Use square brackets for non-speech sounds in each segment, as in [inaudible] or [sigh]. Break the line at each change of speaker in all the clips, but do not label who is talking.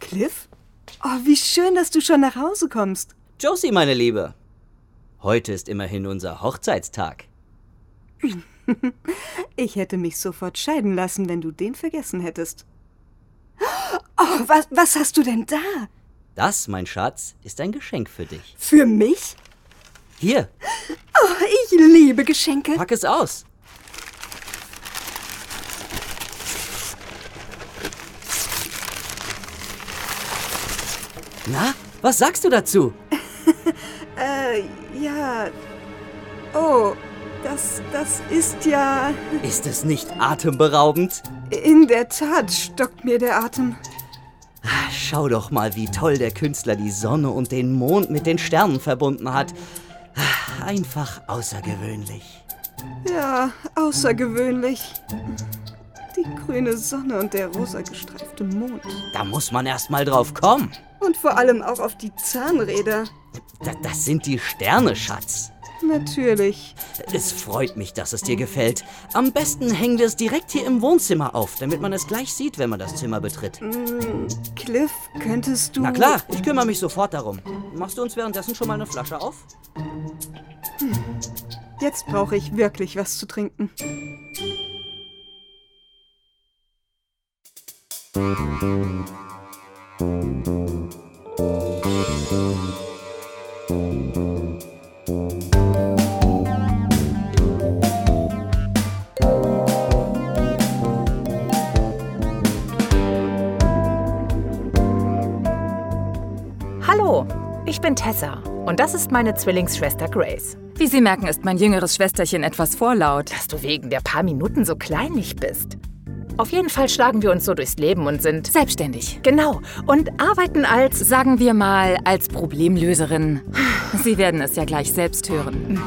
Cliff? Oh, wie schön, dass du schon nach Hause kommst.
Josie, meine Liebe. Heute ist immerhin unser Hochzeitstag.
Ich hätte mich sofort scheiden lassen, wenn du den vergessen hättest. [gasps] Oh, was, was hast du denn da?
Das, mein Schatz, ist ein Geschenk für dich.
Für mich?
Hier,
Oh, ich liebe Geschenke.
pack es aus. Na, was sagst du dazu?
Äh, ja. Oh, das, das ist ja.
Ist es nicht atemberaubend?
In der Tat stockt mir der Atem.
Ah, Schau doch mal, wie toll der Künstler die Sonne und den Mond mit den Sternen verbunden hat. Ah, Einfach außergewöhnlich.
Ja, außergewöhnlich. Die grüne Sonne und der rosa gestreifte Mond.
Da muss man erst mal drauf kommen.
Und vor allem auch auf die Zahnräder.
Da, das sind die Sterne, Schatz.
Natürlich.
Es freut mich, dass es dir gefällt. Am besten hängen wir es direkt hier im Wohnzimmer auf, damit man es gleich sieht, wenn man das Zimmer betritt.
Cliff, könntest du.
Na klar, ich kümmere mich sofort darum. Machst du uns währenddessen schon mal eine Flasche auf?
Jetzt brauche ich wirklich was zu trinken.
Hallo, ich bin Tessa und das ist meine Zwillingsschwester Grace.
Wie Sie merken, ist mein jüngeres Schwesterchen etwas vorlaut.
Dass du wegen der paar Minuten so kleinlich bist. Auf jeden Fall schlagen wir uns so durchs Leben und sind
Selbstständig.
genau und arbeiten als
Sagen wir mal als Problemlöserin. Sie werden es ja gleich selbst hören.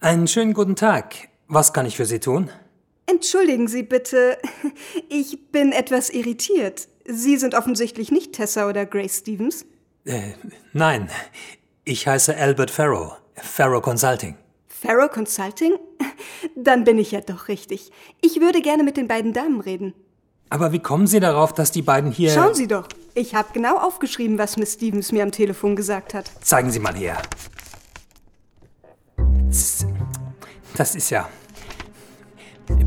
Einen schönen guten Tag. Was kann ich für Sie tun?
Entschuldigen Sie bitte, [laughs] ich bin etwas irritiert. Sie sind offensichtlich nicht Tessa oder Grace Stevens.
Nein, ich heiße Albert Farrow, Farrow Consulting.
Farrow Consulting? [laughs] Dann bin ich ja doch richtig. Ich würde gerne mit den beiden Damen reden.
Aber wie kommen Sie darauf, dass die beiden hier...
Schauen Sie doch. Ich habe genau aufgeschrieben, was Miss Stevens mir am Telefon gesagt hat.
Zeigen Sie mal her. Z- Das ist ja...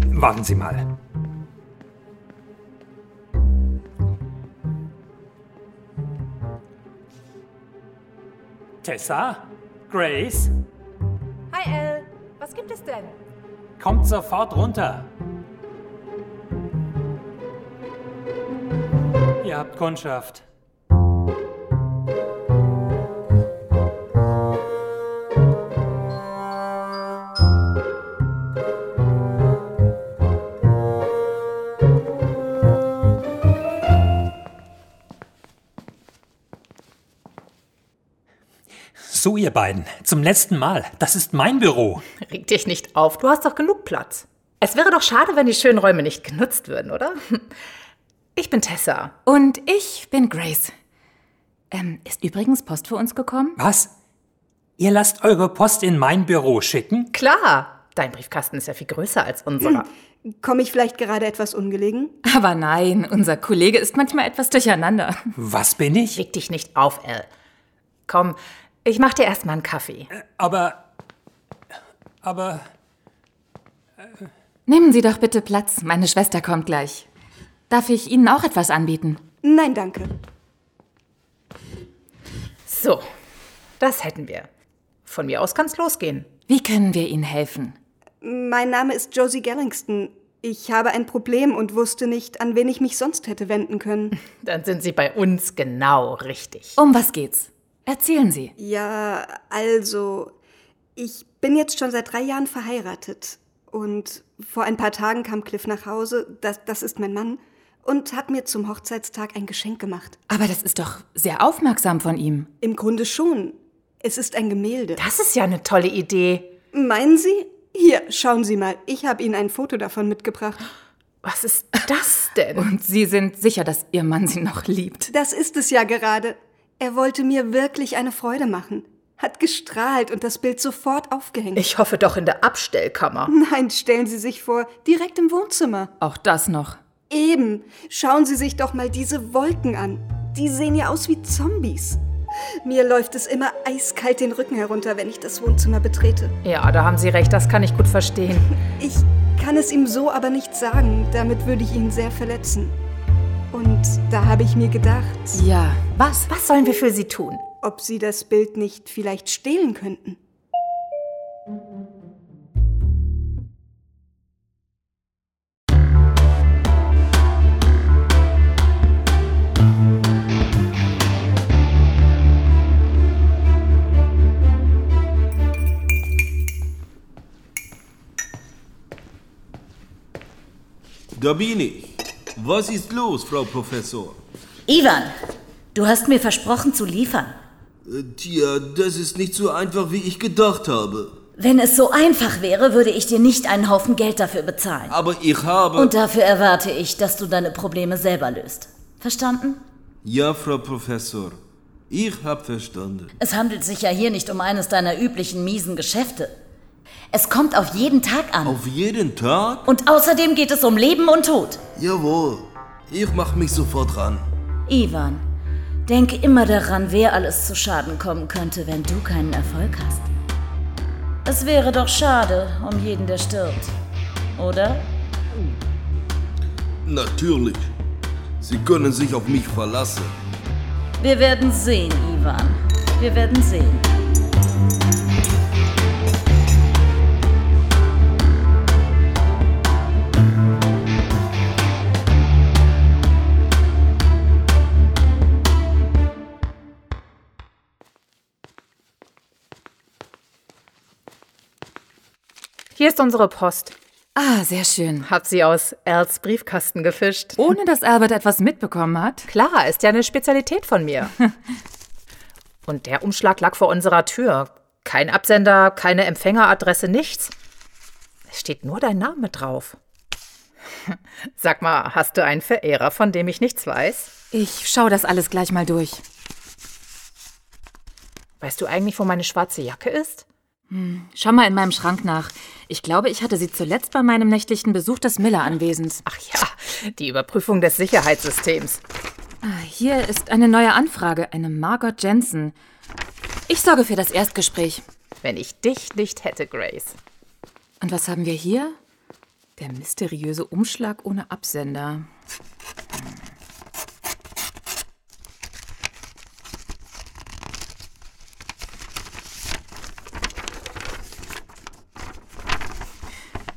Warten Sie mal. Tessa? Grace?
Hi Elle, was gibt es denn?
Kommt sofort runter. Ihr habt Kundschaft. So, ihr beiden, zum letzten Mal. Das ist mein Büro.
Reg dich nicht auf, du hast doch genug Platz. Es wäre doch schade, wenn die schönen Räume nicht genutzt würden, oder? [laughs] Ich bin Tessa.
Und ich bin Grace. Ähm, ist übrigens Post für uns gekommen?
Was? Ihr lasst eure Post in mein Büro schicken?
Klar, dein Briefkasten ist ja viel größer als unserer.
Komme ich vielleicht gerade etwas ungelegen?
[laughs] Aber nein, unser Kollege ist manchmal etwas durcheinander.
Was bin ich?
Reg dich nicht auf, Elle. Komm, ich mach dir erstmal einen Kaffee.
Äh,
Aber. Aber.
Nehmen Sie doch bitte Platz, meine Schwester kommt gleich. Darf ich Ihnen auch etwas anbieten?
Nein, danke.
So, das hätten wir. Von mir aus kann's losgehen.
Wie können wir Ihnen helfen?
Mein Name ist Josie Gallingston. Ich habe ein Problem und wusste nicht, an wen ich mich sonst hätte wenden können.
Dann sind sie bei uns genau richtig.
Um was geht's? Erzählen Sie.
Ja, also, ich bin jetzt schon seit drei Jahren verheiratet. Und vor ein paar Tagen kam Cliff nach Hause, das, das ist mein Mann, und hat mir zum Hochzeitstag ein Geschenk gemacht.
Aber das ist doch sehr aufmerksam von ihm.
Im Grunde schon. Es ist ein Gemälde.
Das ist ja eine tolle Idee.
Meinen Sie? Hier, schauen Sie mal. Ich habe Ihnen ein Foto davon mitgebracht.
Was ist
[laughs]
das denn?
Und Sie sind sicher, dass Ihr Mann Sie noch liebt.
Das ist es ja gerade. Er wollte mir wirklich eine Freude machen. Hat gestrahlt und das Bild sofort aufgehängt.
Ich hoffe doch in der Abstellkammer.
Nein, stellen Sie sich vor, direkt im Wohnzimmer.
Auch das noch.
Eben. Schauen Sie sich doch mal diese Wolken an. Die sehen ja aus wie Zombies. Mir läuft es immer eiskalt den Rücken herunter, wenn ich das Wohnzimmer betrete.
Ja, da haben Sie recht, das kann ich gut verstehen.
Ich kann es ihm so aber nicht sagen, damit würde ich ihn sehr verletzen. Und da habe ich mir gedacht,
[laughs] Ja.
Was? Was sollen wir für Sie tun?
ob Sie das Bild nicht vielleicht stehlen könnten.
Da bin ich. Was ist los, Frau Professor?
Ivan, du hast mir versprochen zu liefern.
Äh, Tja, das ist nicht so einfach, wie ich gedacht habe.
Wenn es so einfach wäre, würde ich dir nicht einen Haufen Geld dafür bezahlen.
Aber ich habe.
Und dafür erwarte ich, dass du deine Probleme selber löst. Verstanden?
ja, Frau Professor. Ich hab verstanden.
Es handelt sich ja hier nicht um eines deiner üblichen miesen Geschäfte. Es kommt auf jeden Tag an.
Auf jeden Tag?
Und außerdem geht es um Leben und Tod.
Jawohl. Ich mach mich sofort ran.
Ivan, denke immer daran, wer alles zu Schaden kommen könnte, wenn du keinen Erfolg hast. Es wäre doch schade um jeden, der stirbt. Oder?
Natürlich. Sie können sich auf mich verlassen.
Wir werden sehen, Ivan. Wir werden sehen.
Hier ist unsere Post.
Ah, sehr schön.
Hab sie aus Erls Briefkasten gefischt.
Ohne dass Albert etwas mitbekommen hat.
Klar, ist ja eine Spezialität von mir. Und der Umschlag lag vor unserer Tür. Kein Absender, keine Empfängeradresse, nichts. Es steht nur dein Name drauf. [laughs] Sag mal, hast du einen Verehrer, von dem ich nichts weiß?
Ich schaue das alles gleich mal durch.
Weißt du eigentlich, wo meine schwarze Jacke ist?
Schau mal in meinem Schrank nach. Ich glaube, ich hatte sie zuletzt bei meinem nächtlichen Besuch des Miller-Anwesens.
Ach ja, die Überprüfung des Sicherheitssystems.
Ah, Hier ist eine neue Anfrage, eine Margot Jensen. Ich sorge für das Erstgespräch.
Wenn ich dich nicht hätte, Grace.
Und was haben wir hier? Der mysteriöse Umschlag ohne Absender.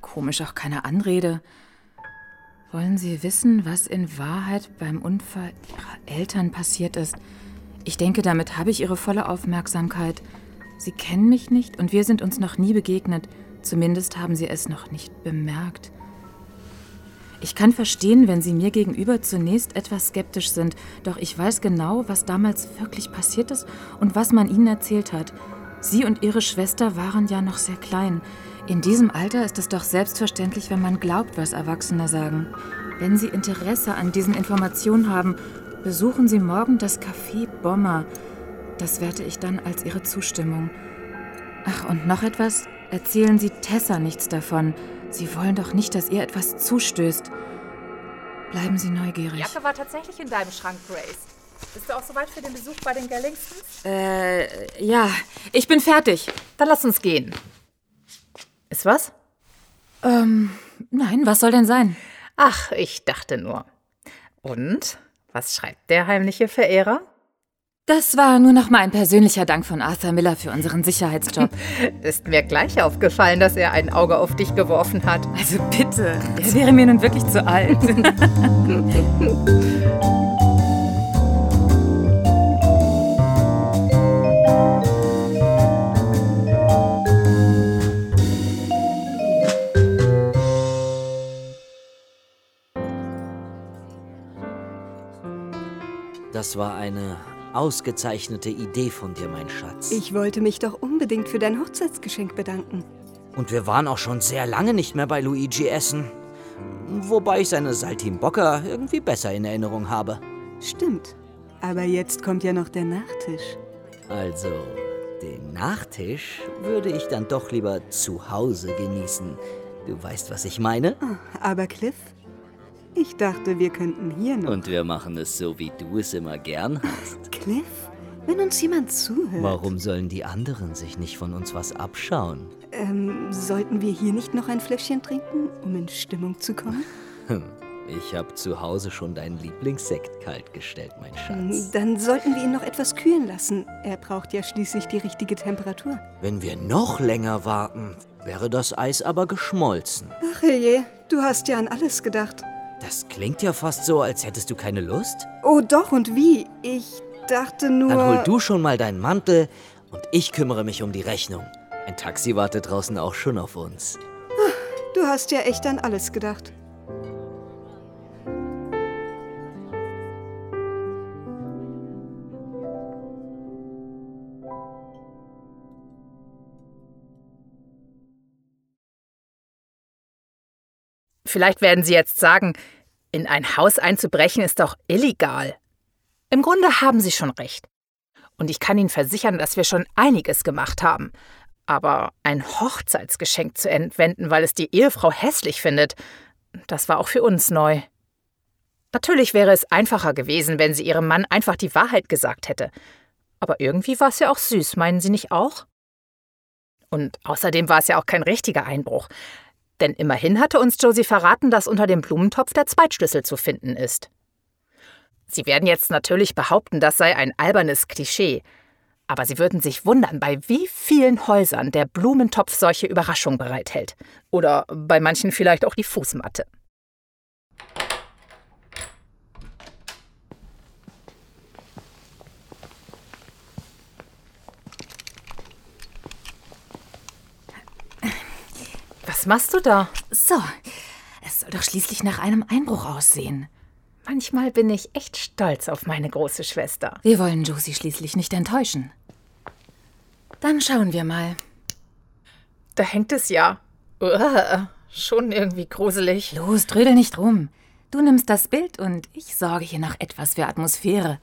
Komisch auch keine Anrede. Wollen Sie wissen, was in Wahrheit beim Unfall Ihrer Eltern passiert ist? Ich denke, damit habe ich Ihre volle Aufmerksamkeit. Sie kennen mich nicht und wir sind uns noch nie begegnet. Zumindest haben Sie es noch nicht bemerkt. Ich kann verstehen, wenn Sie mir gegenüber zunächst etwas skeptisch sind, doch ich weiß genau, was damals wirklich passiert ist und was man Ihnen erzählt hat. Sie und Ihre Schwester waren ja noch sehr klein. In diesem Alter ist es doch selbstverständlich, wenn man glaubt, was Erwachsene sagen. Wenn Sie Interesse an diesen Informationen haben, besuchen Sie morgen das Café Bomber. Das werte ich dann als Ihre Zustimmung. Ach, und noch etwas? Erzählen Sie Tessa nichts davon. Sie wollen doch nicht, dass ihr etwas zustößt. Bleiben Sie neugierig.
Jacke war tatsächlich in deinem Schrank, Grace. Bist du auch soweit für den Besuch bei den Gellingstons?
Äh, Ja, ich bin fertig.
Dann lass uns gehen. Ist was?
Ähm, Nein, was soll denn sein?
Ach, ich dachte nur. Und? Was schreibt der heimliche Verehrer?
Das war nur noch mal ein persönlicher Dank von Arthur Miller für unseren Sicherheitsjob.
Ist mir gleich aufgefallen, dass er ein Auge auf dich geworfen hat.
[laughs] Also bitte, der wäre mir nun wirklich zu alt.
Das war eine ausgezeichnete Idee von dir, mein Schatz.
Ich wollte mich doch unbedingt für dein Hochzeitsgeschenk bedanken.
Und wir waren auch schon sehr lange nicht mehr bei Luigi essen. Wobei ich seine Saltimbocca irgendwie besser in Erinnerung habe.
Stimmt. Aber jetzt kommt ja noch der Nachtisch.
Also, den Nachtisch würde ich dann doch lieber zu Hause genießen. Du weißt, was ich meine?
Aber Cliff, ich dachte, wir könnten hier noch.
Und wir machen es so, wie du es immer gern hast.
Cliff, wenn uns jemand zuhört,
[laughs] Warum sollen die anderen sich nicht von uns was abschauen?
ähm, sollten wir hier nicht noch ein Fläschchen trinken, um in Stimmung zu kommen?
Ich habe zu Hause schon deinen Lieblingssekt kaltgestellt, mein Schatz.
Dann sollten wir ihn noch etwas kühlen lassen. Er braucht ja schließlich die richtige Temperatur.
Wenn wir noch länger warten, wäre das Eis aber geschmolzen.
Ach je, du hast ja an alles gedacht.
Das klingt ja fast so, als hättest du keine Lust.
Oh doch, und wie? Ich dachte nur.
Dann hol du schon mal deinen Mantel und ich kümmere mich um die Rechnung. Ein Taxi wartet draußen auch schon auf uns.
Du hast ja echt an alles gedacht.
Vielleicht werden Sie jetzt sagen, in ein Haus einzubrechen ist doch illegal. Im Grunde haben Sie schon recht. Und ich kann Ihnen versichern, dass wir schon einiges gemacht haben. Aber ein Hochzeitsgeschenk zu entwenden, weil es die Ehefrau hässlich findet, das war auch für uns neu. Natürlich wäre es einfacher gewesen, wenn sie ihrem Mann einfach die Wahrheit gesagt hätte. Aber irgendwie war es ja auch süß, meinen Sie nicht auch? Und außerdem war es ja auch kein richtiger Einbruch. Denn immerhin hatte uns Josie verraten, dass unter dem Blumentopf der Zweitschlüssel zu finden ist. Sie werden jetzt natürlich behaupten, das sei ein albernes Klischee. Aber Sie würden sich wundern, bei wie vielen Häusern der Blumentopf solche Überraschung bereithält. Oder bei manchen vielleicht auch die Fußmatte. Was machst du da?
So, es soll doch schließlich nach einem Einbruch aussehen.
Manchmal bin ich echt stolz auf meine große Schwester.
[laughs] Wir wollen Josie schließlich nicht enttäuschen. Dann schauen wir mal.
Da hängt es ja. Uah, schon irgendwie gruselig.
Los, trödel nicht rum. Hm, Du nimmst das Bild und ich sorge hier noch etwas für Atmosphäre.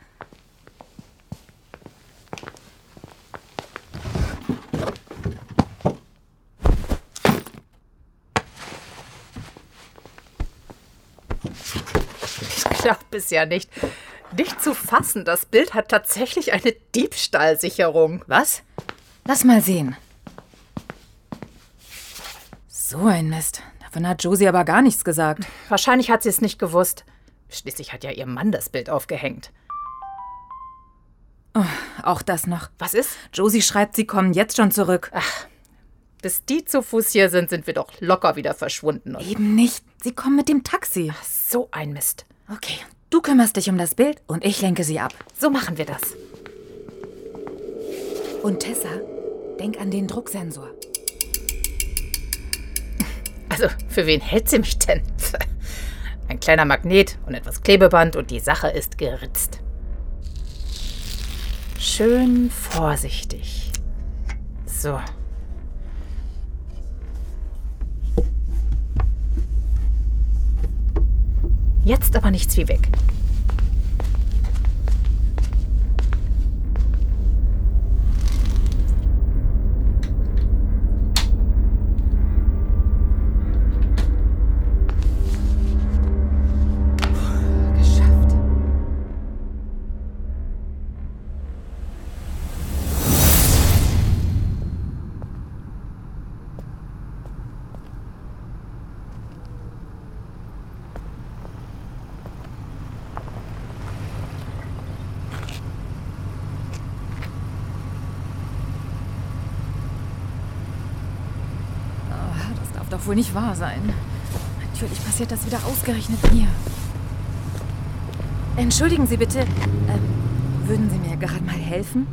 Ich glaube es ja nicht. Nicht zu fassen, das Bild hat tatsächlich eine Diebstahlsicherung.
Was? Lass mal sehen. So ein Mist. Davon hat Josie aber gar nichts gesagt.
Wahrscheinlich hat sie es nicht gewusst. Schließlich hat ja ihr Mann das Bild aufgehängt.
Auch das noch.
Was ist?
Josie schreibt, sie kommen jetzt schon zurück.
Bis die zu Fuß hier sind, sind wir doch locker wieder verschwunden. Und
Eben nicht. Sie kommen mit dem Taxi.
so ein Mist.
Okay, du kümmerst dich um das Bild und ich lenke sie ab.
So machen wir das.
Und Tessa, denk an den Drucksensor.
Also, für wen hält sie mich denn? [laughs] Ein kleiner Magnet und etwas Klebeband und die Sache ist geritzt. Schön vorsichtig. So. Jetzt aber nichts wie weg.
Das darf doch wohl nicht wahr sein. Natürlich passiert das wieder ausgerechnet mir. Entschuldigen Sie bitte, ähm, würden Sie mir gerade mal helfen?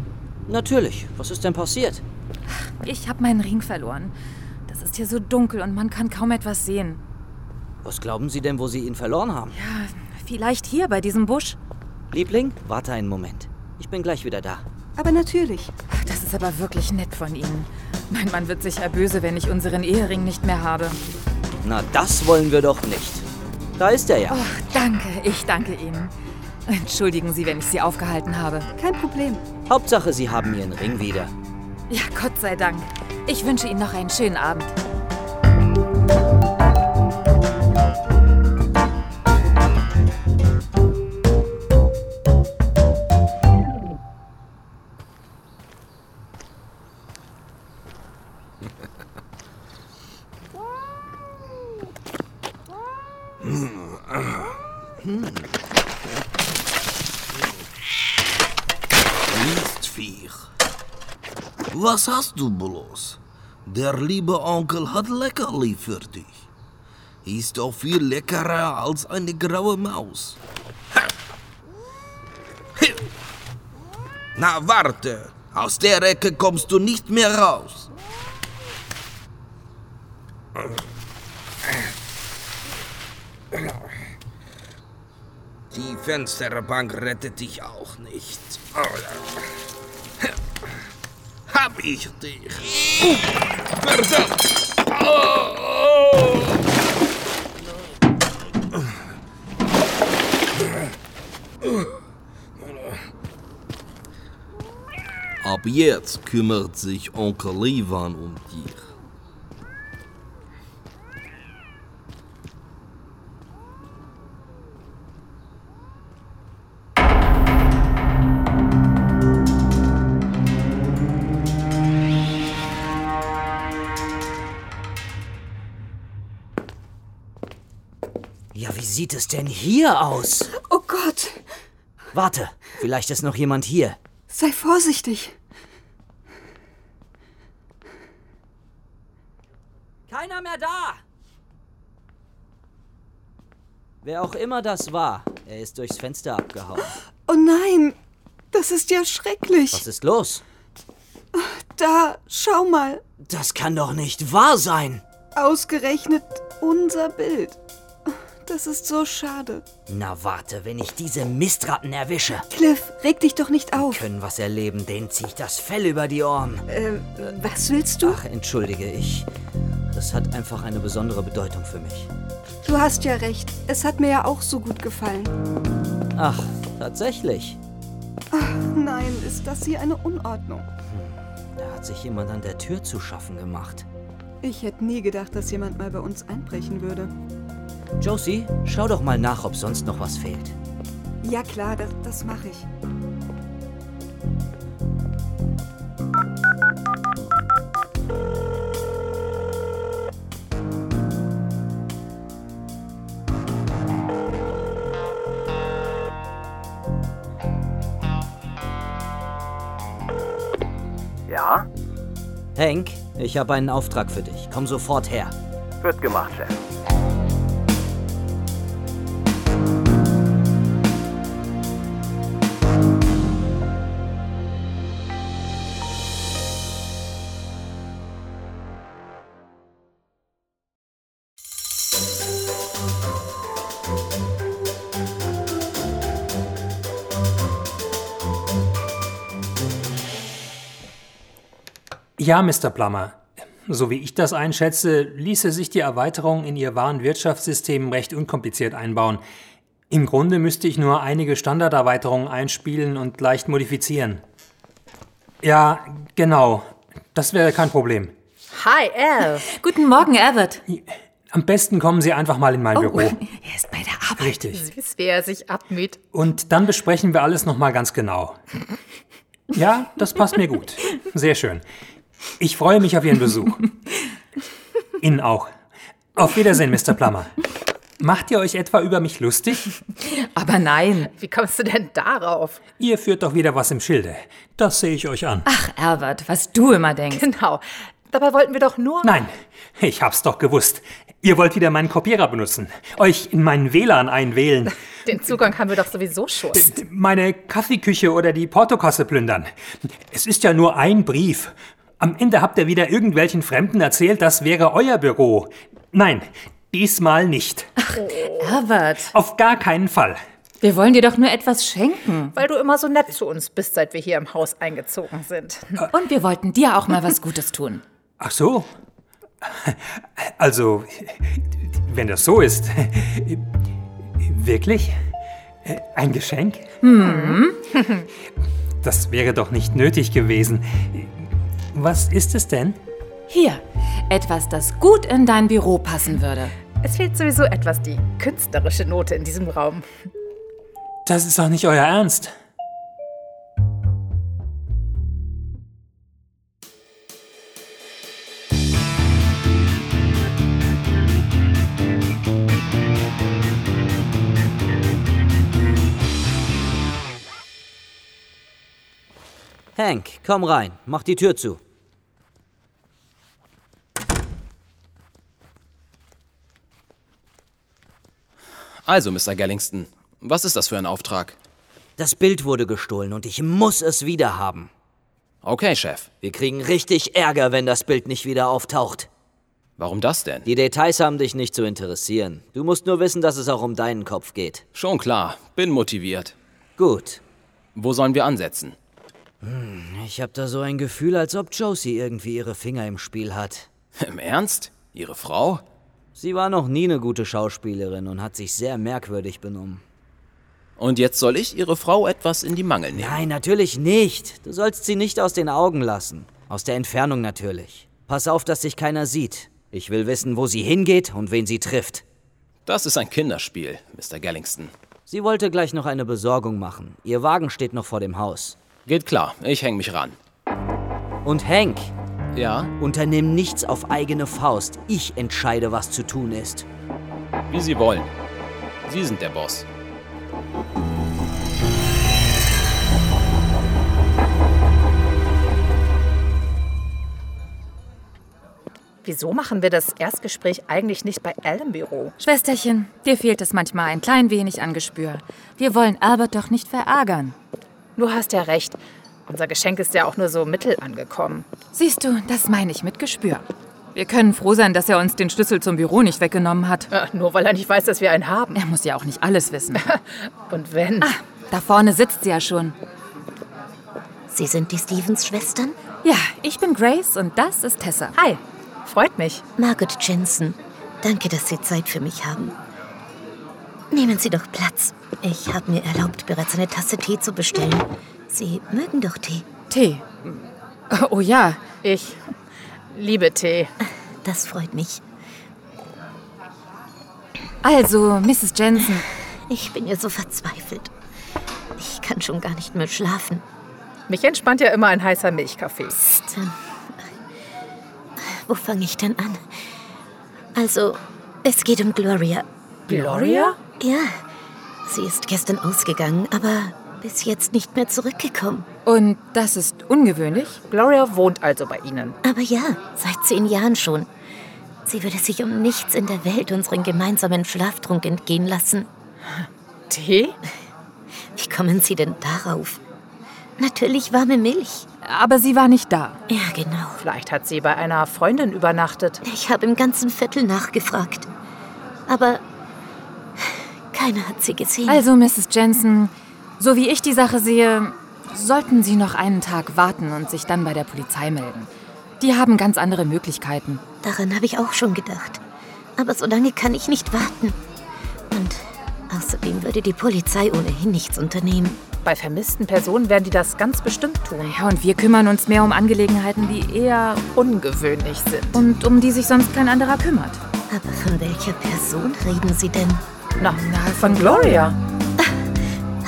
Natürlich. Was ist denn passiert?
Ich habe meinen Ring verloren. Das ist hier so dunkel und man kann kaum etwas sehen.
Was glauben Sie denn, wo Sie ihn verloren haben?
Vielleicht hier bei diesem Busch?
Liebling, warte einen Moment. Ich bin gleich wieder da.
Aber natürlich.
Das ist aber wirklich nett von Ihnen. Mein Mann wird sicher böse, wenn ich unseren Ehering nicht mehr habe.
Na, das wollen wir doch nicht. Da ist er ja.
Ach, danke, ich danke Ihnen. Entschuldigen Sie, wenn ich Sie aufgehalten habe.
Kein Problem.
Hauptsache, Sie haben Ihren Ring wieder.
Ja, Gott sei Dank. Ich wünsche Ihnen noch einen schönen Abend.
Mistviech. Was hast du bloß? Der liebe Onkel hat Leckerli für dich. Ist doch viel leckerer als eine graue Maus. Ha! Hi! Na warte, aus der Ecke kommst du nicht mehr raus. Die Fensterbank rettet dich auch nicht. Hab ich dich. Verdammt! Oh! Ab jetzt kümmert sich Onkel Ivan um dich.
Ja, wie sieht es denn hier aus?
Oh Gott,
Warte, vielleicht ist noch jemand hier.
sei vorsichtig.
Keiner mehr da! Wer auch immer das war, er ist durchs Fenster abgehauen.
Oh nein, das ist ja schrecklich.
Was ist los?
Da, schau mal.
Das kann doch nicht wahr sein!
Ausgerechnet unser Bild. Das ist so schade.
Na warte, wenn ich diese Mistratten erwische,
Cliff, reg dich doch nicht auf.
können was erleben, denen zieh ich das Fell über die Ohren.
Ähm, was willst du?
Ach, entschuldige, ich. Das hat einfach eine besondere Bedeutung für mich.
Du hast ja recht. Es hat mir ja auch so gut gefallen.
Ach, tatsächlich.
Nein, ist das hier eine Unordnung?
Da hat sich jemand an der Tür zu schaffen gemacht.
Ich hätte nie gedacht, dass jemand mal bei uns einbrechen würde.
Josie, schau doch mal nach, ob sonst noch was fehlt.
Ja klar, das, das mache ich.
Ja,
Hank, ich habe einen Auftrag für dich. Komm sofort her.
wird gemacht, Chef.
Ja, Mr. Plummer. So wie ich das einschätze, ließe sich die Erweiterung in Ihr Warenwirtschaftssystem recht unkompliziert einbauen. Im Grunde müsste ich nur einige Standarderweiterungen einspielen und leicht modifizieren. Ja, genau. Das wäre kein Problem.
Hi, Al.
Guten Morgen, Albert.
Am besten kommen Sie einfach mal in mein
Oh,
Büro.
er ist bei der Arbeit.
Richtig.
Süß, wie er sich abmüht.
Und dann besprechen wir alles nochmal ganz genau. Ja, das passt mir gut. Sehr schön. Ich freue mich auf Ihren Besuch. Ihnen auch. Auf Wiedersehen, Mr. Plummer. Macht ihr euch etwa über mich lustig?
Aber nein.
Wie kommst du denn darauf?
Ihr führt doch wieder was im Schilde. Das sehe ich euch an.
Ach, Albert, was du immer denkst.
[laughs] Genau. Dabei wollten wir doch nur.
Nein, ich hab's doch gewusst. Ihr wollt wieder meinen Kopierer benutzen, euch in meinen WLAN einwählen,
Den Zugang haben wir doch sowieso schon.
meine Kaffeeküche oder die Portokasse plündern. Es ist ja nur ein Brief. Am Ende habt ihr wieder irgendwelchen Fremden erzählt, das wäre euer Büro. [laughs] Nein, diesmal nicht.
Albert.
Auf gar keinen Fall.
Wir wollen dir doch nur etwas schenken.
Weil du immer so nett zu uns bist, seit wir hier im Haus eingezogen sind.
Und wir wollten dir auch mal was Gutes tun.
Ach so. Also, wenn das so ist. Wirklich? Ein Geschenk? Hm. Das wäre doch nicht nötig gewesen. Was ist es denn?
Hier, etwas, das gut in dein Büro passen würde.
Es fehlt sowieso etwas die künstlerische Note in diesem Raum.
Das ist doch nicht euer Ernst.
Hank, komm rein, mach die Tür zu.
Also, Mr. Gellingston, was ist das für ein Auftrag?
Das Bild wurde gestohlen und ich muss es wieder haben.
Okay, Chef.
Wir kriegen richtig Ärger, wenn das Bild nicht wieder auftaucht.
Warum das denn?
Die Details haben dich nicht zu interessieren. Du musst nur wissen, dass es auch um deinen Kopf geht.
Schon klar, bin motiviert.
Gut.
Wo sollen wir ansetzen? [laughs]
Ich hab da so ein Gefühl, als ob Josie irgendwie ihre Finger im Spiel hat.
Im Ernst? Ihre Frau?
Sie war noch nie eine gute Schauspielerin und hat sich sehr merkwürdig benommen.
Und jetzt soll ich Ihre Frau etwas in die Mangel nehmen.
Nein, natürlich nicht. Du sollst sie nicht aus den Augen lassen. Aus der Entfernung natürlich. Pass auf, dass dich keiner sieht. Ich will wissen, wo sie hingeht und wen sie trifft.
Das ist ein Kinderspiel, Mr. Gellingston.
Sie wollte gleich noch eine Besorgung machen. Ihr Wagen steht noch vor dem Haus.
Geht klar, ich häng mich ran.
Und Hank,
Ja?
unternimm nichts auf eigene Faust. Ich entscheide, was zu tun ist.
Wie Sie wollen. Sie sind der Boss.
Wieso machen wir das Erstgespräch eigentlich nicht bei Al im Büro?
Schwesterchen, dir fehlt es manchmal ein klein wenig an Gespür. Wir wollen Albert doch nicht verärgern.
Du hast ja recht. Unser Geschenk ist ja auch nur so mittel angekommen.
Siehst du, das meine ich mit Gespür. Wir können froh sein, dass er uns den Schlüssel zum Büro nicht weggenommen hat.
Äh, nur weil er nicht weiß, dass wir einen haben.
Er muss ja Ah. auch nicht alles wissen.
[laughs] Und wenn?
Da vorne sitzt sie ja schon.
Sie sind die Stevens-Schwestern?
Ja, ich bin Grace und das ist Tessa.
Hi, freut mich.
Margaret Jensen, danke, dass Sie Zeit für mich haben. Nehmen Sie doch Platz. Ich habe mir erlaubt, bereits eine Tasse Tee zu bestellen. Sie mögen doch Tee.
Tee. Oh ja,
Ich liebe Tee.
Das freut mich.
also, Mrs. Jensen.
Ich bin ja so verzweifelt. Ich kann schon gar nicht mehr schlafen.
Mich entspannt ja immer ein heißer Milchkaffee.
äh, Wo fange ich denn an? Also, es geht um Gloria.
Gloria?
Ja, sie ist gestern ausgegangen, aber bis jetzt nicht mehr zurückgekommen.
Und das ist ungewöhnlich.
Gloria wohnt also bei Ihnen.
Aber ja, seit zehn Jahren schon. Sie würde sich um nichts in der Welt unseren gemeinsamen Schlaftrunk entgehen lassen.
Tee?
Wie kommen Sie denn darauf? Natürlich warme Milch.
Aber sie war nicht da.
Ja, genau.
Vielleicht hat sie bei einer Freundin übernachtet.
Ich habe im ganzen Viertel nachgefragt. Aber keiner hat sie gesehen.
Also, Mrs. Jensen, so wie ich die Sache sehe, sollten Sie noch einen Tag warten und sich dann bei der Polizei melden. Die haben ganz andere Möglichkeiten.
Daran habe ich auch schon gedacht. Aber so lange kann ich nicht warten. Und außerdem würde die Polizei ohnehin nichts unternehmen.
Bei vermissten Personen werden die das ganz bestimmt tun.
Ja, und wir kümmern uns mehr um Angelegenheiten, die eher
Ungewöhnlich sind.
und um die sich sonst kein anderer kümmert.
Aber von welcher Person reden Sie denn?
Na, von Gloria.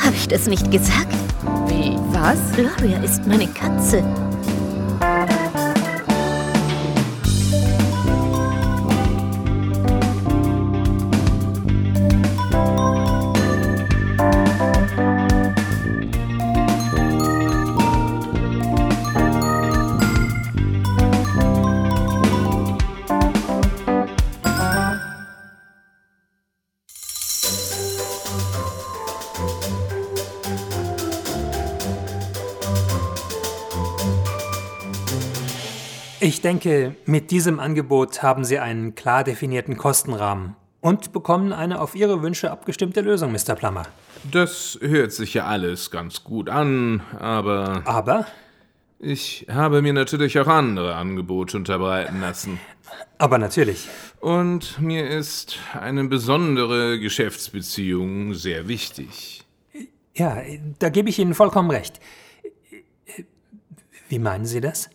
Habe ich das nicht gesagt?
Wie?
Was?
Gloria ist meine Katze.
Ich denke, mit diesem Angebot haben Sie einen klar definierten Kostenrahmen. und bekommen eine auf Ihre Wünsche abgestimmte Lösung, Mr. Plummer.
Das hört sich ja alles ganz gut an, aber.
Aber?
Ich habe mir natürlich auch andere Angebote unterbreiten lassen.
Aber natürlich.
Und mir ist eine besondere Geschäftsbeziehung sehr wichtig.
Ja, da gebe ich Ihnen vollkommen recht. Wie meinen Sie das?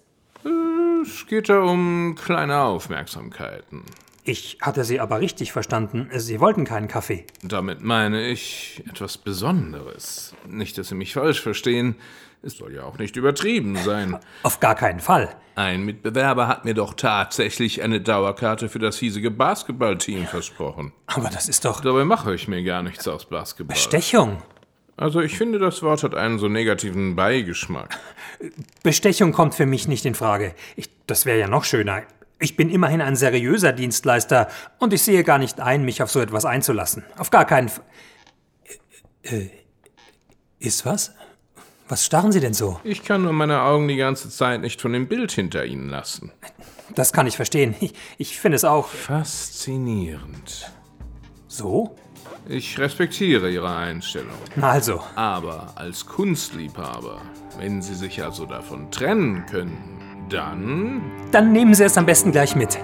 Es geht da um kleine Aufmerksamkeiten.
Ich hatte Sie aber richtig verstanden. Sie wollten keinen Kaffee.
Damit meine ich etwas Besonderes. Nicht, dass Sie mich falsch verstehen. Es soll ja auch nicht übertrieben sein.
Auf gar keinen Fall.
Ein Mitbewerber hat mir doch tatsächlich eine Dauerkarte für das hiesige Basketballteam versprochen.
Aber das ist doch.
Dabei mache ich mir gar nichts aus Basketball.
Bestechung.
Also ich finde, das Wort hat einen so negativen Beigeschmack.
Bestechung kommt für mich nicht in Frage. Ich, das wäre ja noch schöner. Ich bin immerhin ein seriöser Dienstleister und ich sehe gar nicht ein, mich auf so etwas einzulassen. Auf gar keinen Fall. Äh, ist was? Was starren Sie denn so?
Ich kann nur meine Augen die ganze Zeit nicht von dem Bild hinter Ihnen lassen.
Das kann ich verstehen. Ich, ich finde es auch.
Faszinierend.
So?
Ich respektiere Ihre Einstellung.
Na also.
Aber als Kunstliebhaber, wenn Sie sich also davon trennen können, dann.
Dann nehmen Sie es am besten gleich mit.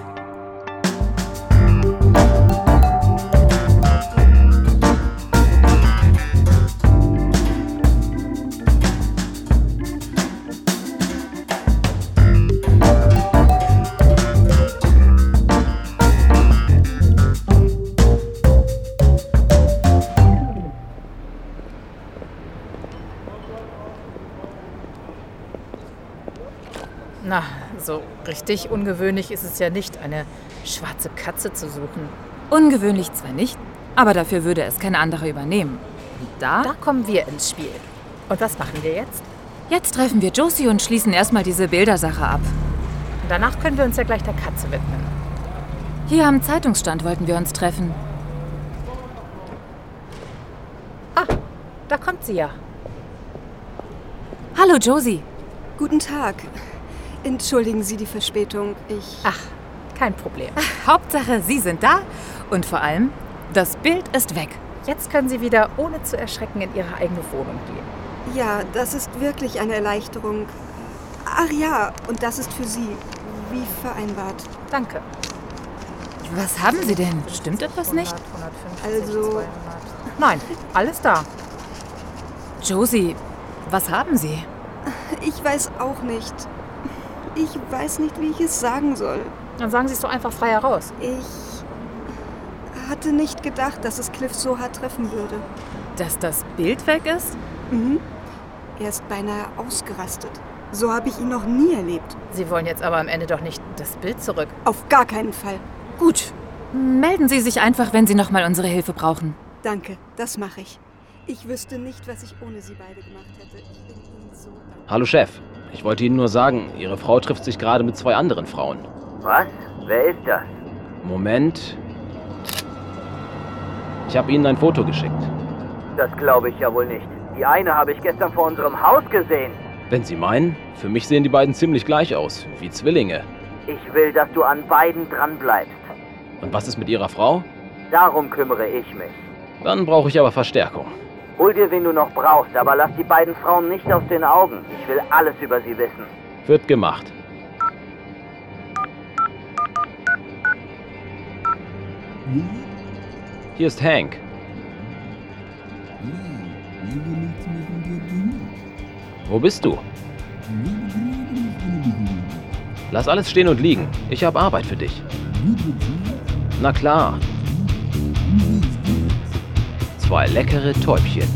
Na, so richtig ungewöhnlich ist es ja nicht, eine schwarze Katze zu suchen.
Ungewöhnlich zwar nicht, aber dafür würde es kein anderer übernehmen. Und da?
Da kommen wir ins Spiel. Und was machen wir jetzt?
Jetzt treffen wir Josie und schließen erstmal diese Bildersache ab.
Und danach können wir uns ja gleich der Katze widmen.
Hier am Zeitungsstand wollten wir uns treffen.
Ah, da kommt sie ja.
Hallo Josie.
Guten Tag. Entschuldigen Sie die Verspätung. Ich.
Ach, kein Problem.
Ach, Hauptsache, Sie sind da und vor allem, das Bild ist weg.
Jetzt können Sie wieder ohne zu erschrecken in Ihre eigene Wohnung gehen.
Ja, das ist wirklich eine Erleichterung. Ach ja, und das ist für Sie, wie vereinbart.
Danke.
Was haben Sie denn? Stimmt etwas nicht?
100, 150, also. 200.
Nein, alles da.
Josie, was haben Sie?
Ich weiß auch nicht. Ich weiß nicht, wie ich es sagen soll.
Dann sagen Sie es doch einfach frei heraus.
Ich hatte nicht gedacht, dass es Cliff so hart treffen würde.
Dass das Bild weg ist?
Mhm. Er ist beinahe ausgerastet. So habe ich ihn noch nie erlebt.
Sie wollen jetzt aber am Ende doch nicht das Bild zurück.
Auf gar keinen Fall.
Gut. Melden Sie sich einfach, wenn Sie nochmal unsere Hilfe brauchen.
Danke, das mache ich. Ich wüsste nicht, was ich ohne Sie beide gemacht hätte. Ich bin Ihnen so dankbar.
Hallo Chef. Ich wollte Ihnen nur sagen, Ihre Frau trifft sich gerade mit zwei anderen Frauen.
Was? Wer ist das?
Moment. Ich habe Ihnen ein Foto geschickt.
Das glaube ich ja wohl nicht. Die eine habe ich gestern vor unserem Haus gesehen.
Wenn Sie meinen, für mich sehen die beiden ziemlich gleich aus, wie Zwillinge.
Ich will, dass du an beiden dranbleibst.
Und was ist mit Ihrer Frau?
Darum kümmere ich mich.
Dann brauche ich aber Verstärkung.
Hol dir, wen du noch brauchst, aber lass die beiden Frauen nicht aus den Augen. Ich will alles über sie wissen.
Wird gemacht. Hier ist Hank. Wo bist du? Lass alles stehen und liegen. Ich habe Arbeit für dich. Na klar zwei leckere Täubchen.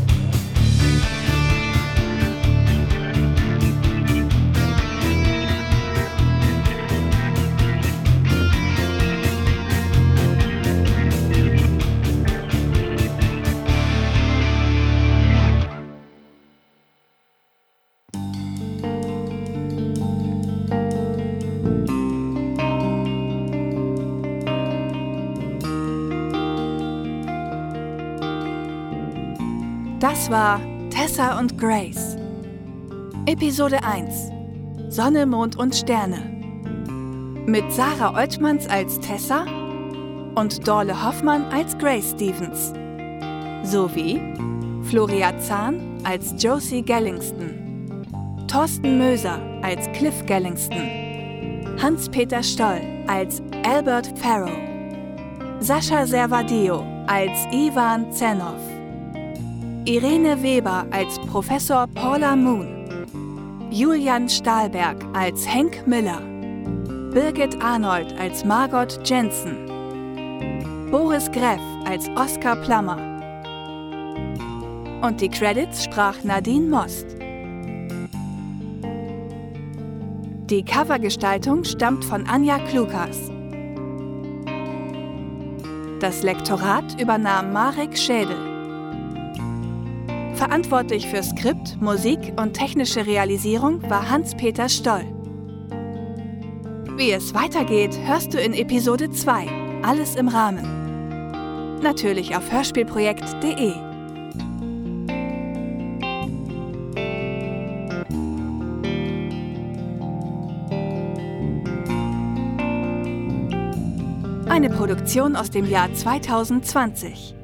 Das war Tessa und Grace. Episode 1 Sonne, Mond und Sterne. Mit Sarah Oltmanns als Tessa
und Dorle Hoffmann als Grace Stevens. Sowie Floria Zahn als Josie Gellingston. Thorsten Möser als Cliff Gellingston. Hans-Peter Stoll als Albert Farrow. Sascha Servadio als Ivan Zenov. Irene Weber als Professor Paula Moon. Julian Stahlberg als Henk Miller. Birgit Arnold als Margot Jensen. Boris Greff als Oskar Plammer. Und die Credits sprach Nadine Most. Die Covergestaltung stammt von Anja Klukas. Das Lektorat übernahm Marek Schädel. Verantwortlich für Skript, Musik und technische Realisierung war Hans-Peter Stoll. Wie es weitergeht, hörst du in Episode 2. Alles im Rahmen. Natürlich auf hörspielprojekt.de. Eine Produktion aus dem Jahr 2020.